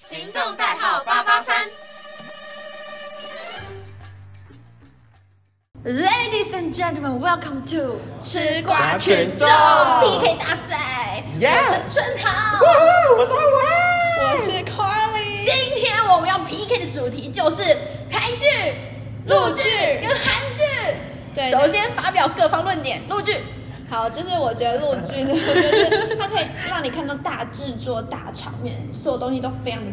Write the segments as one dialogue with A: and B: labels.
A: 行动代号八八三。
B: Ladies and gentlemen, welcome to 吃瓜
C: 瓜群众
B: 众 PK 大赛。
C: Yeah
B: 我是春桃。
C: 我是阿
D: 我是 Carly，
B: 今天我们要 PK 的主题就是台剧、陆剧跟韩剧。
D: 对
B: 首先发表各方论点。陆剧，
D: 好，就是我觉得陆剧呢，就是它可以让你看到大制作、大场面，所有东西都非常的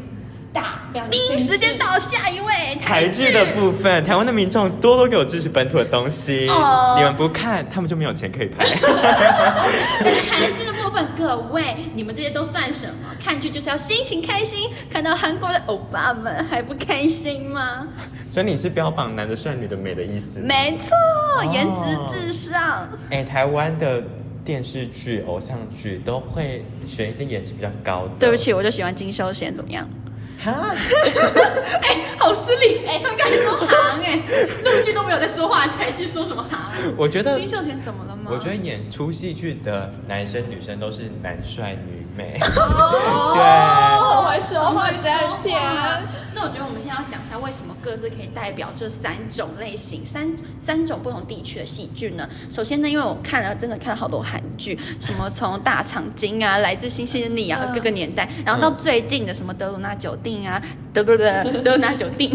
D: 大，非常的
B: 第
D: 精
B: 一
D: 致
B: 时间。到下一位
C: 台剧的部分，台湾的民众多多给我支持本土的东西。
B: 哦
C: 你们不看，他们就没有钱可以 拍。
B: 但是韩剧的部分，各位，你们这些都算什么？看剧就是要心情开心，看到韩国的欧巴们还不开心 吗？
C: 所以你是标榜男的帅、女的美的意思？。
B: 没错，颜值至上。
C: 哎、台湾的电视剧、偶像剧都会选一些颜值比较高的。
B: 对不。起，我就喜欢金修贤，怎么样？
C: 哈，
B: 哎、好失礼！哎、他刚才说行哎、 陆剧都没有在说话，台剧说什么行？
C: 我觉得
B: 金，秀贤怎么了吗？
C: 我觉得演出戏剧的男生女生都是男帅女 美。
D: 哦，我会说话
B: 真
D: 真甜。
B: 那我觉得我们现在要讲一下，为什么各自可以代表这三种类型、三三种不同地区的戏剧呢？首先呢，因为我看了真的看了好多韩剧，什么从《大长今》啊，《来自星星的你》啊，
D: 嗯
B: 各个年代，然后到最近的什么《德鲁纳酒店》啊，德不不不，德鲁纳酒店，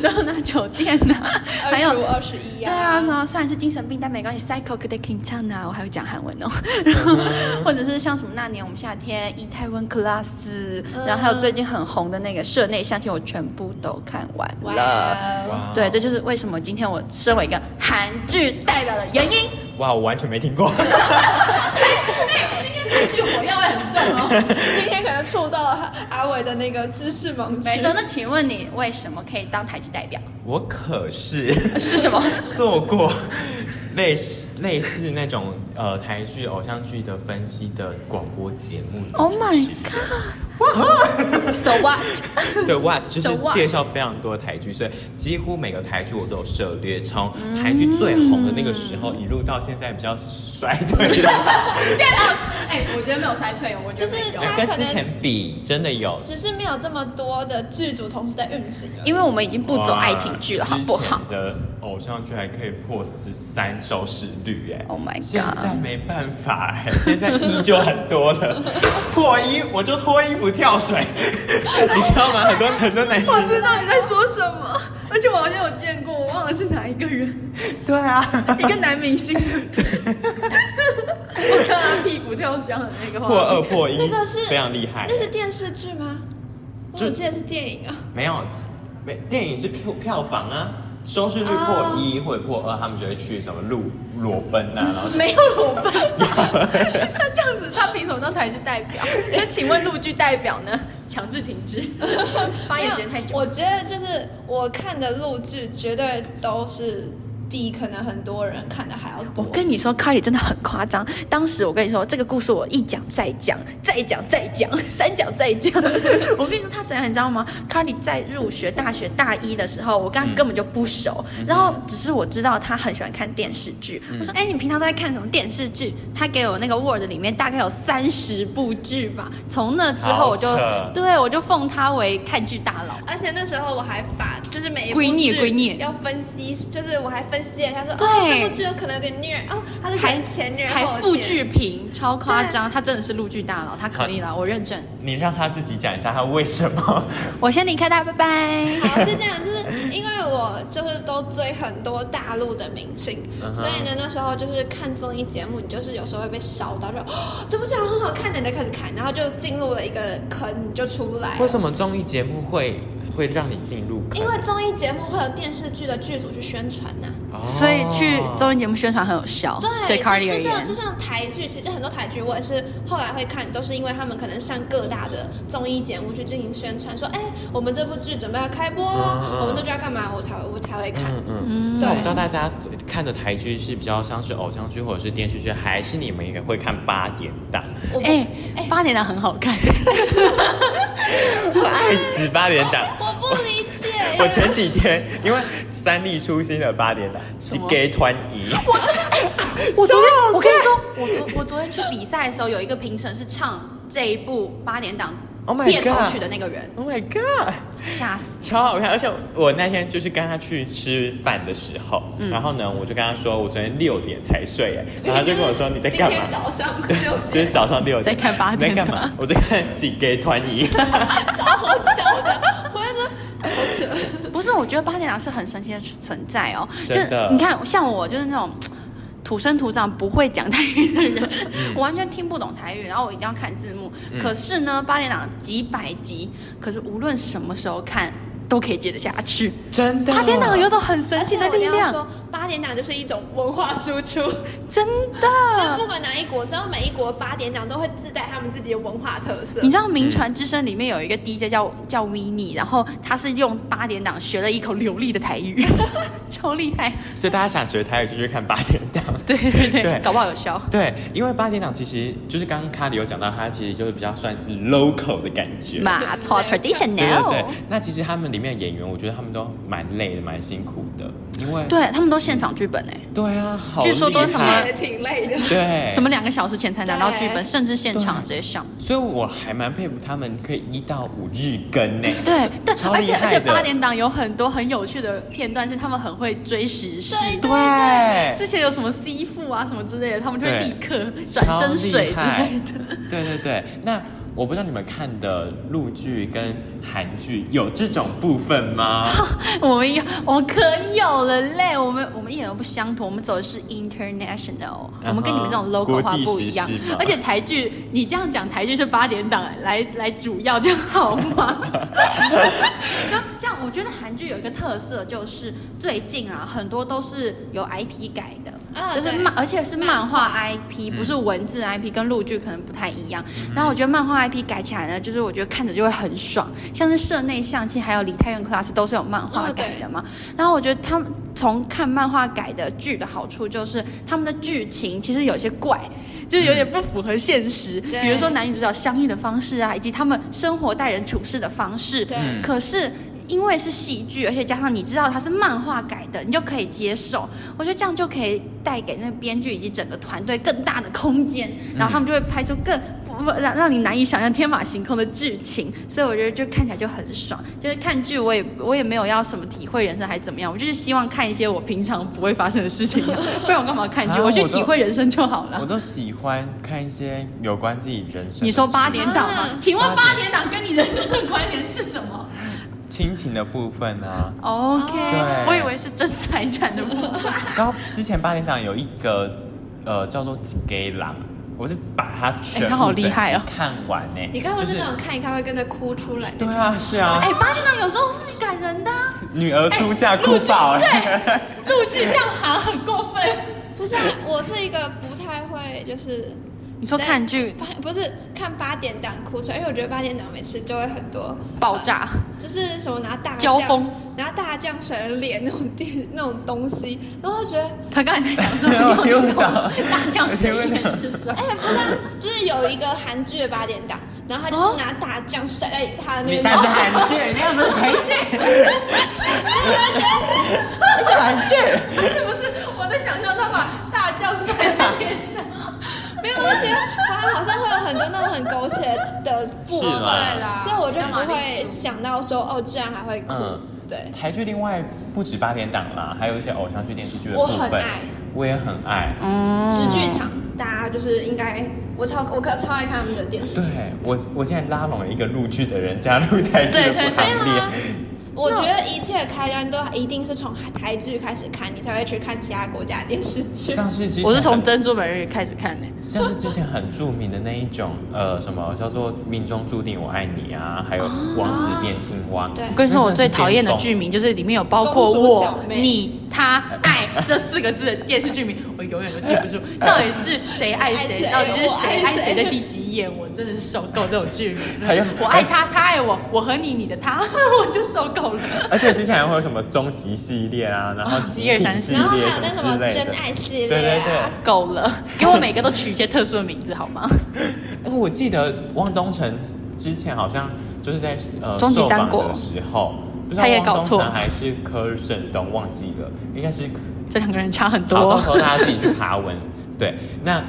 B: 德鲁纳酒店啊，还有
D: 25。二十一
B: 对啊，什么虽然是精神病，但没关系。Psycho k i d k i n g t a n 啊，我还会讲韩文哦。然后
D: 嗯
B: 或者是像什么那年我们夏天伊泰温克拉斯，
D: 嗯
B: 然后还有最近很红的那个社内相亲，我全部都看完
D: 哇
B: 了。
D: 哦，
C: 哇
B: 对，这就是为什么今天我身为一个韩剧代表的原因。
C: 哇，我完全没听过。
D: 哎
B: 剧火药味很重哦。
D: 今天可能触到了阿伟的那个知识盲区。
B: 没错，那请问你为什么可以当台剧代表？
C: 我可是。
B: 是 什么？
C: 做过类似类似那种呃台剧、偶像剧的分析的广播节目的
B: Oh my
C: 主持人
B: So what？
C: The Watch 就
B: The
C: 是
B: Watch
C: 介绍非常多台剧，所以几乎每个台剧我都有涉猎，从
B: 嗯
C: 台剧最红的那个时候一路到现在比较衰退的，
B: 现在他哎、我觉得没有衰退，我
D: 觉得没有就是他
C: 跟之前比真的有。
D: 只是没有这么多的剧组同时在运行而已。
B: 因为我们已经不走爱情剧了，
C: 哇
B: 好不好
C: 之？前的偶像剧还可以破十三收视率哎
B: Oh my god
C: 现在没办法哎，现在一就很多了， 破一我就脱衣服跳 水，你知道吗？很多很多男
B: 我
C: 生
B: 知道你在说什么，而且我好像有见过，我忘了是哪一个人，
C: 对啊，
B: 一个男明星。我看他屁股跳江的那个
C: 破
B: 画
C: 二
B: 面，
C: 破一
D: 那个是
C: 非常厉
B: 哎
C: 害，
D: 那是电视剧吗？我
C: 就
D: 怎么记得是电影啊。
C: 没有没电影是票票房啊。收视率破
D: 哦
C: 一或者破二，他们就会去什么路裸奔啊，然后
B: 没有裸奔吧。他这样子，他凭什么当台剧代表？那请问陆剧代表呢？强制停 止，发言时间太久。
D: 我觉得就是我看的录剧，绝对都是比可能很多人看的还要
B: 我
D: 多。
B: 跟你说，Carly 真的很夸张。当时我跟你说，这个故事我一讲再讲，再讲再讲， 三讲再讲。我跟你说，他怎样，你知道吗？Carly 嗯在入学大学大一的时候，我跟他根本就不熟，然后只是我知道他很喜欢看电视剧。我说，哎、你平常都在看什么电视剧？他给我那个 Word 里面大概有三十部剧吧。从那之后，我就
C: 好扯
B: 对我就奉他为看剧大佬。
D: 而且那时候我还把就是每一部
B: 归臬
D: 剧
B: 归臬
D: 要分析，就是我还分析了一下说，
B: 对
D: 哦，这部剧有可能有点虐，哦，它是
B: 还
D: 前前虐
B: 还
D: 后
B: 附
D: 甜
B: 剧评，超夸张！他真的是陆剧大佬，他可以了，我认证。
C: 你让他自己讲一下他为什 么
B: 我先离开大家，拜拜。
D: 好是这样，就是因为我就是都追很多大陆的明星，
C: 嗯哼
D: 所以呢那时候就是看综艺节目，你就是有时候会被烧到，就哦这部剧好像很好看的，你就开始看，然后就进入了一个坑，你就出不来了。
C: 为什么综艺节目会会让你进入坑？
D: 因为综艺节目会有电视剧的剧组去宣传呐、
C: 哦
B: 所以去综艺节目宣传很有效，
D: 对，
B: 哦对 Carly 而
D: 就就像就
B: 言。
D: 像台剧，其实很多台剧我也是后来会看，都是因为他们可能上各大的综艺节目去进行宣传，说哎，我们这部剧准备要开播
C: 嗯
D: 喽，
C: 嗯嗯
D: 我们这剧要干嘛，我才我才会看。
C: 嗯嗯
B: 嗯
C: 那
D: 对
C: 我不知道大家看的台剧是比较像是偶像剧或者是电视剧，还是你们也会看八点 档？
D: 我不
B: 哎，八点档很好 看，
C: 爱死八点档！。
D: 我不理解
C: 我前几天因为三立出新的八点档
B: 什
C: 是
B: 么
C: gay 团一，
B: 我昨天我跟你说，我昨我昨天去比赛的时候，有一个评审是唱这一部八点档
C: Oh my
B: 变头
C: god
B: 去的那个人，
C: Oh my god！
B: 吓死！
C: 超好看，而且我那天就是跟他去吃饭的时候，
B: 嗯
C: 然后呢，我就跟他说我昨天六点才睡，哎然后他就跟我说你在干
D: 今
C: 嘛
D: 天？早上
C: 对
D: 六，
C: 就是
D: 点，
C: 早上六点
B: 在看八点
C: 你在干
B: 档
C: 嘛？我在看几给团一，
D: 超好笑的，我就说好扯。
B: 不是，我觉得八点档是很神奇的存在哦。就
C: 真的
B: 你看，像我就是那种土生土长不会讲台语的人，
C: 嗯
B: 我完全听不懂台语，然后我一定要看字幕。可是呢，八点档几百集，可是无论什么时候看都可以接得下去。
C: 真的。
B: 八点档有种很神
D: 而且
B: 奇的
D: 我一
B: 力
D: 定要
B: 量，嗯
D: 说，八点档就是一种文化输出，
B: 真
D: 就
B: 的
D: 不。管哪一国，只要每一国八点档都会自带他们自己的文化特色
B: 你。知道《名传之声》里面有一个 DJ 叫叫 w i n n i 然后他是用八点档学了一口流利的台语， 超厉害。
C: 所以大家想学台语就去看八点档。
B: 对对对，
C: 对
B: 搞不好有效。
C: 对，因为八点档其实就是刚刚卡里有讲到，它其实就是比较算是 local 的感觉。
B: 马超
C: 对对
B: traditional
C: 对。，那其实他们里面的演员，我觉得他们都蛮累的，蛮辛苦的，因为
B: 对他们都现场剧本哎、
C: 对啊，好
B: 据说都
C: 厉
B: 什
C: 害
B: 么
D: 也挺累 的。
C: 对
B: 什么两个小时前才拿到剧本，
D: 对
B: 甚至现场直接上。
C: 所以我还蛮佩服他们可以一到五日更呢。
B: 对对，
C: 超
B: 而且
C: 厉害的
B: 而且八点档有很多很有趣的片段，是他们很会追时事。
C: 对
B: 之前有什么 C 父啊什么之类的，他们就会
C: 对
B: 立刻转身水之
C: 超厉害
B: 类的。
C: 对对对，那我不知道你们看的陆剧跟韩剧有这种部分吗？
B: 我们有，我们可有了嘞！我们我们一点都不相同，我们走的是 international，、
C: 嗯哼
B: 我们跟你们这种 local
C: 国
B: 化
C: 际
B: 不一样
C: 时事嘛。
B: 而且台剧，你这样讲台剧是八点档来 来主要这样好吗？ 那这样，我觉得韩剧有一个特色就是最近啊，很多都是由 IP 改的。
D: 啊
B: 就是
D: 对嗯
B: 漫，而且是漫画 IP，不是文字 IP，跟陆剧可能不太一样。然后我觉得漫画 IP 改起来呢，就是我觉得看着就会很爽，像是社内相亲还有梨泰院 class 都是有漫画
D: 哦对
B: 改的嘛。然后我觉得他们从看漫画改的剧的好处就是他们的剧情其实有些怪。就是有点不符合现实，
D: 嗯对
B: 比如说男女主角相遇的方式啊，以及他们生活待人处事的方式，
D: 对
C: 嗯
B: 可是因为是戏剧，而且加上你知道它是漫画改的，你就可以接受。我觉得这样就可以带给那个编剧以及整个团队更大的空间，
C: 嗯
B: 然后他们就会拍出更不不让让你难以想象天马行空的剧情。所以我觉得就看起来就很爽。就是看剧，我也我也没有要什么体会人生还怎么样，我就是希望看一些我平常不会发生的事情啊， 不然我干嘛看剧？
C: 啊
B: 我去
C: 我都
B: 体会人生就好
C: 我
B: 了。
C: 都喜欢看一些有关自己人生的。
B: 你说八点档吗
D: 啊？
B: 请问八
C: 八
B: 点档跟你人生的关联是什么？
C: 亲情的部分 啊，
B: OK，
C: 对
B: 我以为是真财产的 部分。
C: 你知道之前八点档有一个呃叫做《给狼》，我是把它全
B: 哎
C: 部
B: 他好厉
C: 整集
B: 害哦
C: 看完呢、
D: 你该不会
C: 就是
D: 那种看一看会跟着哭出来的
C: 对？啊，是啊，
B: 哎、八点档有时候是感人的啊、
C: 女儿出嫁哭爆哎、
B: 陆剧这样行很过分。
D: 不是、啊，我是一个不太会就是
B: 你说看剧
D: 八不是看八点档哭出来，因为我觉得八点档每次就会很多呃
B: 爆炸，
D: 就是什么拿大
B: 交锋、
D: 拿大酱水的脸那种电那种东西，然后就觉得
B: 他刚才在想说
C: 我听不懂
B: 大将谁
C: 我听不懂
B: 是什么
D: 哎、不是、啊，就是有一个韩剧的八点档，然后他就是拿大酱甩在他的那
C: 你
D: 个
C: 带着韩剧， 你要不是韩剧，那 是韩剧，
B: 哎不是不是，我在想象他把大将摔在脸上。
D: 没有，我觉得他好像会有很多那种很狗血的部分
C: 是啦
D: 所以我就不会想到说哦，居然还会哭，
C: 嗯
D: 对。
C: 台剧另外不止八点档啦，还有一些偶像剧、电视剧的部
D: 我
C: 分，
D: 很爱
C: 我也很爱。
B: 嗯
D: 是剧场，大家就是应该，我超我可超爱看他们的电影。
C: 对我，我现在拉拢了一个陆剧的人加入台剧的
B: 对对
C: 行
D: 对
C: 列
D: 啊。我觉得一切开端都一定是从台剧开始看，你才会去看其他国家的电视 剧。
C: 像是之前
B: 我是从
C: 很
B: 《珍珠美人鱼》开始看的、
C: 像是之前很著名的那一种，呃，什么叫做命中注定我爱你啊，还有王子变青蛙。
D: 哦对
B: 我跟你说，我最讨厌的剧名就是里面有包括
D: 公主小
B: 我、
D: 妹
B: 你、他、爱这四个字的电视剧名，我永远都记不住，到底是谁爱谁，到底是谁爱谁在第几眼，我真的是受够这种剧名了。
C: 还有
B: 我爱他，他爱我，我和你，你的他， 我就受够了。
C: 而且之前还会有什么终极系列啊，然
D: 哦
C: 后
B: 啊
C: 极
B: 一二
C: 品
B: 三
C: 系
B: 四
C: 列
D: 然后还有
C: 什
D: 那什
C: 么
D: 么
C: 之类
D: 真
C: 的。
D: 爱系
C: 对
D: 列
C: 对
D: 啊
C: 对，。
B: 够了，给我每个都取一些特殊的名字好吗？
C: 哎，我记得汪东城之前好像就是在呃
B: 终极三国
C: 受访的时候，不知道
B: 他也
C: 汪
B: 搞错
C: 东城还是柯震东忘记了，应该是
B: 这两个人差很
C: 好，到
B: 多
C: 时。候大家自己去爬文。 对，那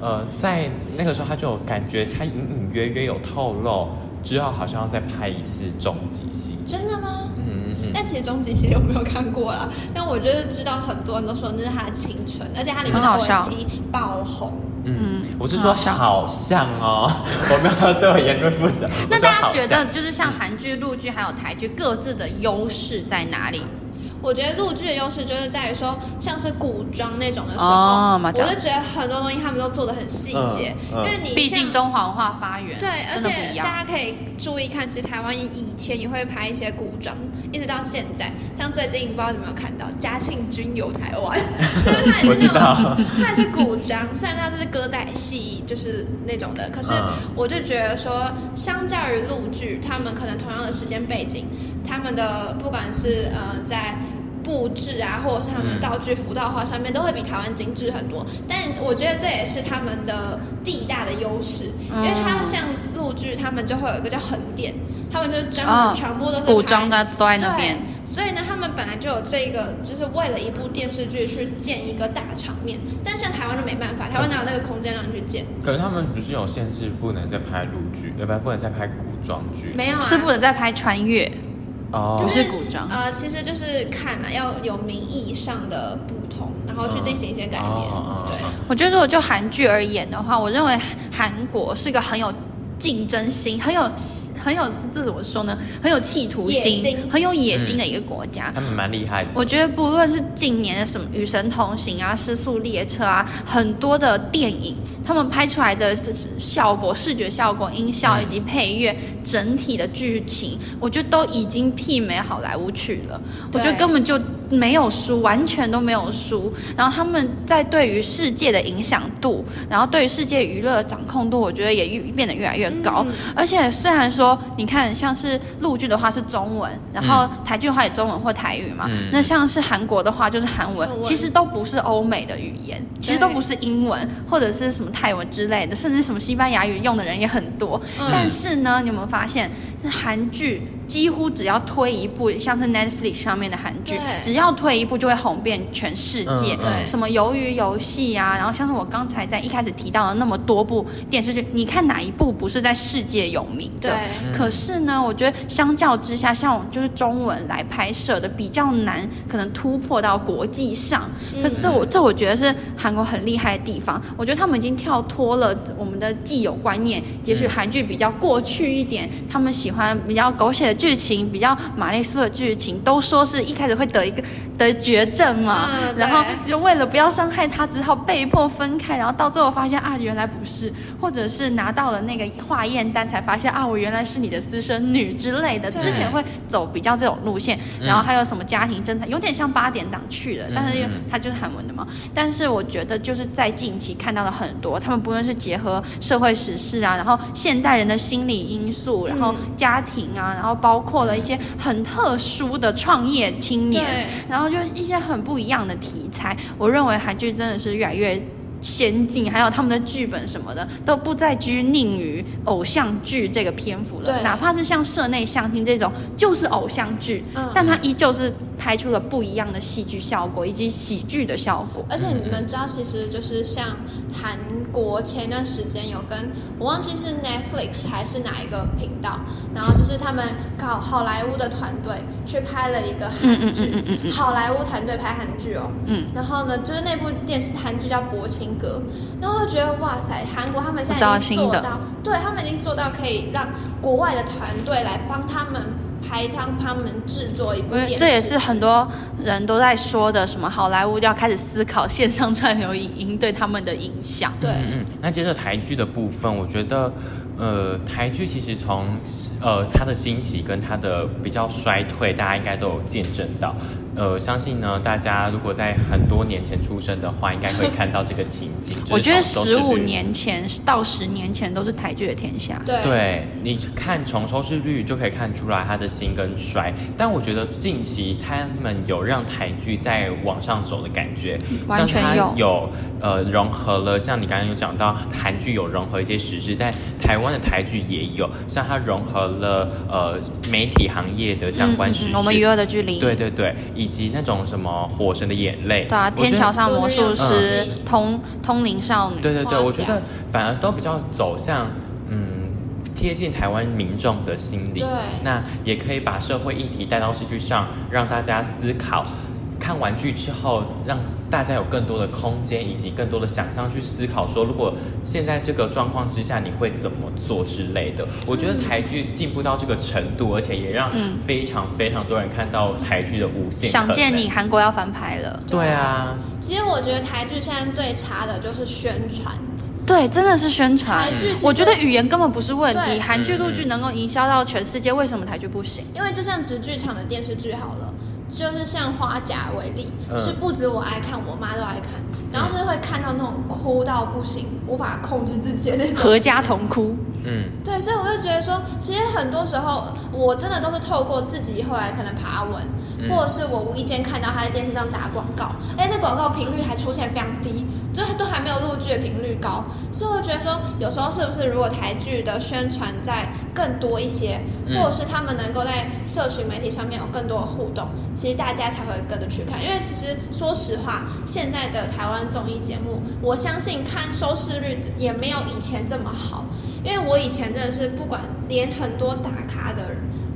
C: 呃，在那个时候他就有感觉他隐隐约约有透露之后好像要再拍一次终极戏。
D: 真的吗？
C: 嗯嗯
D: 但其实终极系列我没有看过啦，但我就是知道很多人都说那是他的青春，而且它里面
E: 很
D: 的
E: 好笑
D: OST 爆红。
C: 嗯嗯
E: 嗯，
C: 我是说好像哦， 我没有对我言论负 责。
B: 那
C: 我说
B: 大家
C: 好
B: 觉
C: 像
B: 得就是像韩剧、陆剧还有台剧各自的优势在哪里？
D: 我觉得陆剧的优势就是在于说，像是古装那种的时候，
E: 哦
D: 我
E: 麻将
D: 就觉得很多东西他们都做的很细节，
C: 嗯嗯
D: 因为你
B: 毕
D: 像
B: 竟中华文化发源，
D: 对，而
B: 真的不一
D: 且
B: 样。
D: 大家可以注意看，其实台湾以前也会拍一些古装，一直到现在，像最近不知道你有没有看到《嘉庆君游台 湾》，就是它
C: 我
D: 也
C: 知
D: 是那
C: 道
D: 种，它也是古装，虽然它是歌仔戏，就是那种的，可是
C: 嗯
D: 我就觉得说，相较于陆剧，他们可能同样的时间背景，他们的不管是呃在。布置啊，或者是他们的
C: 嗯
D: 道具、服道化上面，都会比台湾精致很多。但我觉得这也是他们的地大的优势，嗯因为他们像陆剧，他们就会有一个叫横店，他们就是专门
B: 哦
D: 全部都是
B: 古装
D: 拍
B: 的都在那边
D: 对，，所以呢，他们本来就有这个，就是为了一部电视剧去建一个大场面，但像台湾就没办法，台湾哪有那个空间让你去建？
C: 可是他们不是有限制，不能再拍陆剧，呃，不，不能再拍古装剧。
D: 没有啊，
B: 是不能再拍穿越，
C: 哦
D: 就
B: 不
D: 是
B: 是古装
D: 呃，其实就是看啊，要有名义上的不同，然后去进行一些改变，
C: 哦哦哦
D: 对。
B: 我觉得如果就韩剧而言的话，我认为韩国是个很有竞争心、很有很有这怎么说呢？很有企图心、
D: 野心
B: 很有野心的一个国家。
C: 他们蛮厉害的。
B: 我觉得不论是近年的什么《与神同行》啊，《失速列车》啊，很多的电影，他们拍出来的是是效果、视觉效果、音效以及配乐，整体的剧情，我觉得都已经媲美好莱坞去了。我觉得
D: 对
B: 根本就没有输，完全都没有输。然后他们在对于世界的影响度，然后对于世界娱乐的掌控度，我觉得也越变得越来越高。
D: 嗯
B: 而且虽然说，你看像是陆剧的话是中文，然
D: 嗯
B: 后台剧的话也中文或台语嘛，
C: 嗯
B: 那像是韩国的话就是韩文，
D: 韩文
B: 其实都不是欧美的语言，其实都不是英文或者是什么泰文之类的，甚至什么西班牙语用的人也很多。
D: 嗯
B: 但是呢，你有没有发现韩剧？几乎只要推一部，像是 Netflix 上面的韩剧
D: 对，
B: 只要推一部就会红遍全世界。
C: 嗯对
B: 什么鱿鱼游戏啊，然后像是我刚才在一开始提到的那么多部电视剧，你看哪一部不是在世界有名的？
D: 对
B: 可是呢，我觉得相较之下，像我们就是中文来拍摄的比较难，可能突破到国际上。
D: 嗯
B: 可这我这我觉得是韩国很厉害的地方。我觉得他们已经跳脱了我们的既有观念，也
D: 嗯
B: 许韩剧比较过去一点，他们喜欢比较狗血的剧情，比较马丽苏的剧情，都说是一开始会得一个得绝症嘛，
D: 嗯对
B: 然后就为了不要伤害他，只好被迫分开，然后到最后发现啊，原来不是，或者是拿到了那个化验单才发现啊，我原来是你的私生女之类的。
D: 对
B: 之前会走比较这种路线，
C: 嗯
B: 然后还有什么家庭侦探，有点像八点档去了
C: 嗯，
B: 但是
C: 嗯嗯
B: 它就是韩文的嘛。但是我觉得就是在近期看到了很多，他们不论是结合社会时事啊，然后现代人的心理因素，然后
C: 嗯
B: 家庭啊，然后包括了一些很特殊的创业青年，然后就是一些很不一样的题材。我认为韩剧真的是越来越先进，还有他们的剧本什么的都不再拘泥于偶像剧这个篇幅了。
D: 对
B: 哪怕是像《社内相亲》这种，就是偶像剧，
D: 嗯
B: 但它依旧是拍出了不一样的戏剧效果以及喜剧的效果。
D: 而且你们知道，其实就是像韩国前一段时间有跟我忘记是 Netflix 还是哪一个频道，然后就是他们搞好莱坞的团队去拍了一个韩剧，
B: 嗯嗯嗯嗯嗯
D: 好莱坞团队拍韩剧哦，
B: 嗯，
D: 然后呢，就是那部电视韩剧叫《薄情阁》，然后我觉得哇塞，韩国他们现
B: 我知道
D: 在已经
B: 新
D: 做
B: 的
D: 到，对他们已经做到可以让国外的团队来帮他们拍，帮他们制作一部
B: 因
D: 电
B: 为
D: 视，
B: 这也是很多人都在说的，什么好莱坞要开始思考线上串流影音对他们的影响。
D: 对。
C: 嗯嗯，那接着台剧的部分，我觉得，呃，台剧其实从呃它的兴起跟它的比较衰退，大家应该都有见证到。呃，相信呢，大家如果在很多年前出生的话，应该会看到这个情景。就是
B: 我觉得
C: 从
B: 十
C: 收
B: 五
C: 视率
B: 年前到十年前都是台剧的天下。
D: 对
C: 对，你看从收视率就可以看出来它的兴跟衰，但我觉得近期他们有让台剧在往上走的感觉，
B: 完
C: 像
B: 全
C: 它
B: 有
C: 有呃融合了，像你刚刚有讲到韩剧有融合一些时事，但台湾的台剧也有，像它融合了呃媒体行业的相关时事，
B: 嗯嗯嗯我们娱乐的距离，
C: 对对对，以及那种什么《火神的眼泪》，
B: 对啊，
C: 我觉
B: 天
C: 得
B: 桥上魔术师
D: 嗯、
B: 通通灵少女，
C: 对对对，
D: 花
C: 我觉
D: 甲
C: 得反而都比较走向嗯贴近台湾民众的心理
D: 对。
C: 那也可以把社会议题带到戏剧上，让大家思考。看完剧之后，让大家有更多的空间以及更多的想象去思考，说如果现在这个状况之下，你会怎么做之类的。我觉得
D: 嗯
C: 台剧进步到这个程度，而且也让非常非常多人看到台剧的无限可
B: 想
C: 能。
B: 见你，韩国要翻拍了。
C: 对啊，
D: 其实我觉得台剧现在最差的就是宣传，
B: 对，真的是宣传
D: 台。剧其实
B: 我觉得语言根本不是问
D: 对
B: 题，韩剧、
C: 嗯
B: 陆剧能够营销到全世界，为什么台剧不行？
D: 因为就像直剧场的电视剧好了，就是像《花甲》为例，
C: 嗯
D: 是不止我爱看，我妈都爱看，然后是会看到那种哭到不行，无法控制自己的那种。
B: 合家同哭，
C: 嗯，
D: 对，所以我就觉得说，其实很多时候我真的都是透过自己后来可能爬文，
C: 嗯
D: 或者是我无意间看到他在电视上打广告，哎，那广告频率还出现非常低，就是都还没有录剧的频率高，所以我觉得说，有时候是不是如果台剧的宣传再更多一些，
C: 嗯
D: 或者是他们能够在社群媒体上面有更多的互动，其实大家才会跟着去看。因为其实说实话，现在的台湾综艺节目，我相信看收视率也没有以前这么好。因为我以前真的是不管连很多打卡的，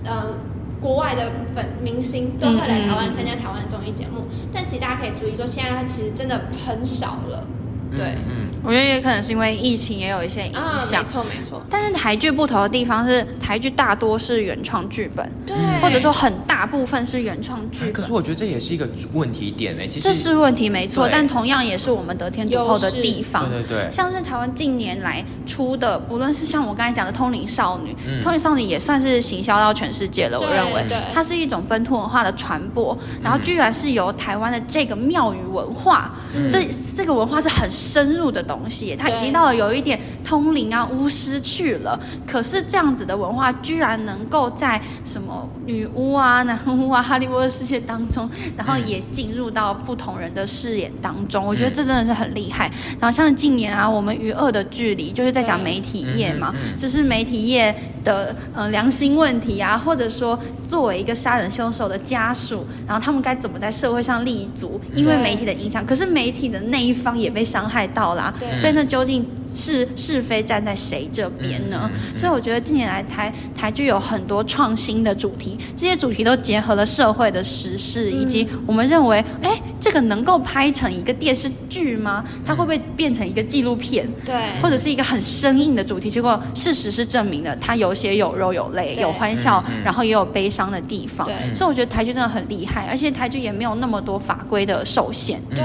D: 呃，国外的粉明星
B: 嗯
D: 都会来台湾参加台湾综艺节目，但其实大家可以注意说，现在其实真的很少了，对，
C: 嗯，
B: 我觉得也可能是因为疫情也有一些影
D: 啊，
B: 响
D: 没。错没错，
B: 但是台剧不同的地方是，台剧大多是原创剧本，
D: 对，
B: 嗯或者说很大部分是原创剧
C: 嗯可
B: 本
C: 是。我觉得这也是一个问题点呢、哎其实
B: 这是问题没错，
C: 对
B: 但同样也是我们得天独厚的
D: 优势
B: 地方。
C: 对对对，
B: 像是台湾近年来出的，不论是像我刚才讲的《通灵少女》
C: 嗯
B: 通灵少女》也算是行销到全世界了，我
D: 对
B: 认为。
D: 对
B: 它是一种本土文化的传播，然后居然是由台湾的这个庙宇文化，
C: 嗯
B: 这这个文化是很深入的东西，它已经到了有一点通灵啊、巫师去了。可是这样子的文化，居然能够在什么女巫啊、 男巫啊、哈利波特世界当中，然后
C: 嗯
B: 也进入到不同人的视野当中，我觉得这真的是很厉害。然后像近年啊，我们与恶的距离就是在讲
D: 对
B: 媒体业嘛
C: 嗯嗯，嗯
B: 这是媒体业的呃良心问题啊，或者说作为一个杀人凶手的家属，然后他们该怎么在社会上立足，因为
D: 对
B: 媒体的影响，可是媒体的那一方也被伤害到啦，
D: 对
B: 所以那究竟是是非站在谁这边呢？
C: 嗯嗯嗯
B: 所以我觉得近年来台台剧有很多创新的主题，这些主题都结合了社会的时事，以及
C: 嗯
B: 我们认为，哎，这个能够拍成一个电视剧吗？它会不会变成一个纪录片？
C: 嗯
D: 对，
B: 或者是一个很生硬的主题，结果事实是证明了它有血有肉有泪，
D: 对
B: 有欢笑
C: 嗯嗯，
B: 然后也有悲伤的地方。
D: 对
B: 所以我觉得台剧真的很厉害，而且台剧也没有那么多法规的受限。
C: 嗯
D: 对。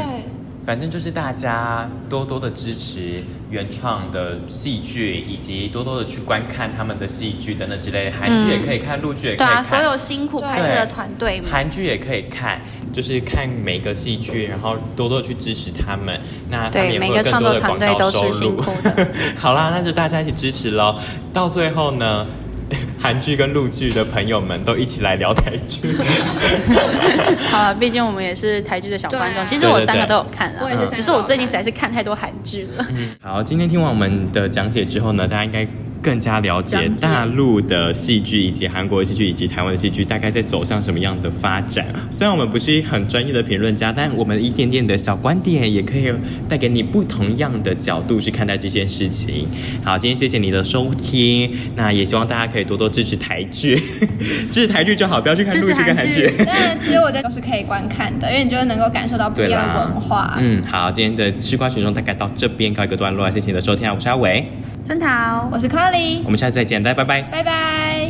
C: 反正就是大家多多的支持原创的戏剧，以及多多的去观看他们的戏剧等等之类的。韩剧也可以看，陆剧也可
B: 对
C: 以
B: 啊，
C: 看，
B: 所有辛苦
D: 对
B: 拍摄的团队们，
C: 韩剧也可以看，就是看每个戏剧，然后多多去支持他们。那他们
B: 对
C: 也会
B: 每
C: 有
B: 个
C: 更
B: 创
C: 多
B: 作
C: 的
B: 团
C: 广
B: 队
C: 告
B: 都
C: 收
B: 是
C: 入。
B: 辛苦的。
C: 好啦，那就大家一起支持喽。到最后呢， 韩剧跟陆剧的朋友们都一起来聊台剧。
B: 好了，毕竟我们也是台剧的小观
C: 嗯
D: 对
B: 众，
D: 啊
B: 其实我三个都有看
D: 对对对我也
B: 了
D: 是，三个都有看嗯
B: 只是我最近实在是看太多韩剧了。
C: 好，今天听完我们的讲解之后呢，大家应该更加了解
B: 讲解
C: 大陆的戏剧，以及韩国的戏剧，以及台湾的戏剧大概在走向什么样的发展。虽然我们不是很专业的评论家，但我们一点点的小观点也可以带给你不同样的角度去看待这件事情。好，今天谢谢你的收听，那也希望大家可以多多支持台剧， 支持台剧就好，不要去看陆剧跟韩剧。
D: 但其实我觉得都是可以观看的，因为你就会能够感受到不
C: 对
D: 一样的
C: 啦
D: 文化。
C: 嗯，好，今天的吃瓜群众大概到这边告一个段落，谢谢你的收听啊，我是阿伟，
B: 春桃，
D: 我是 Colly，
C: 我们下次再见，大家拜拜。
D: 拜拜。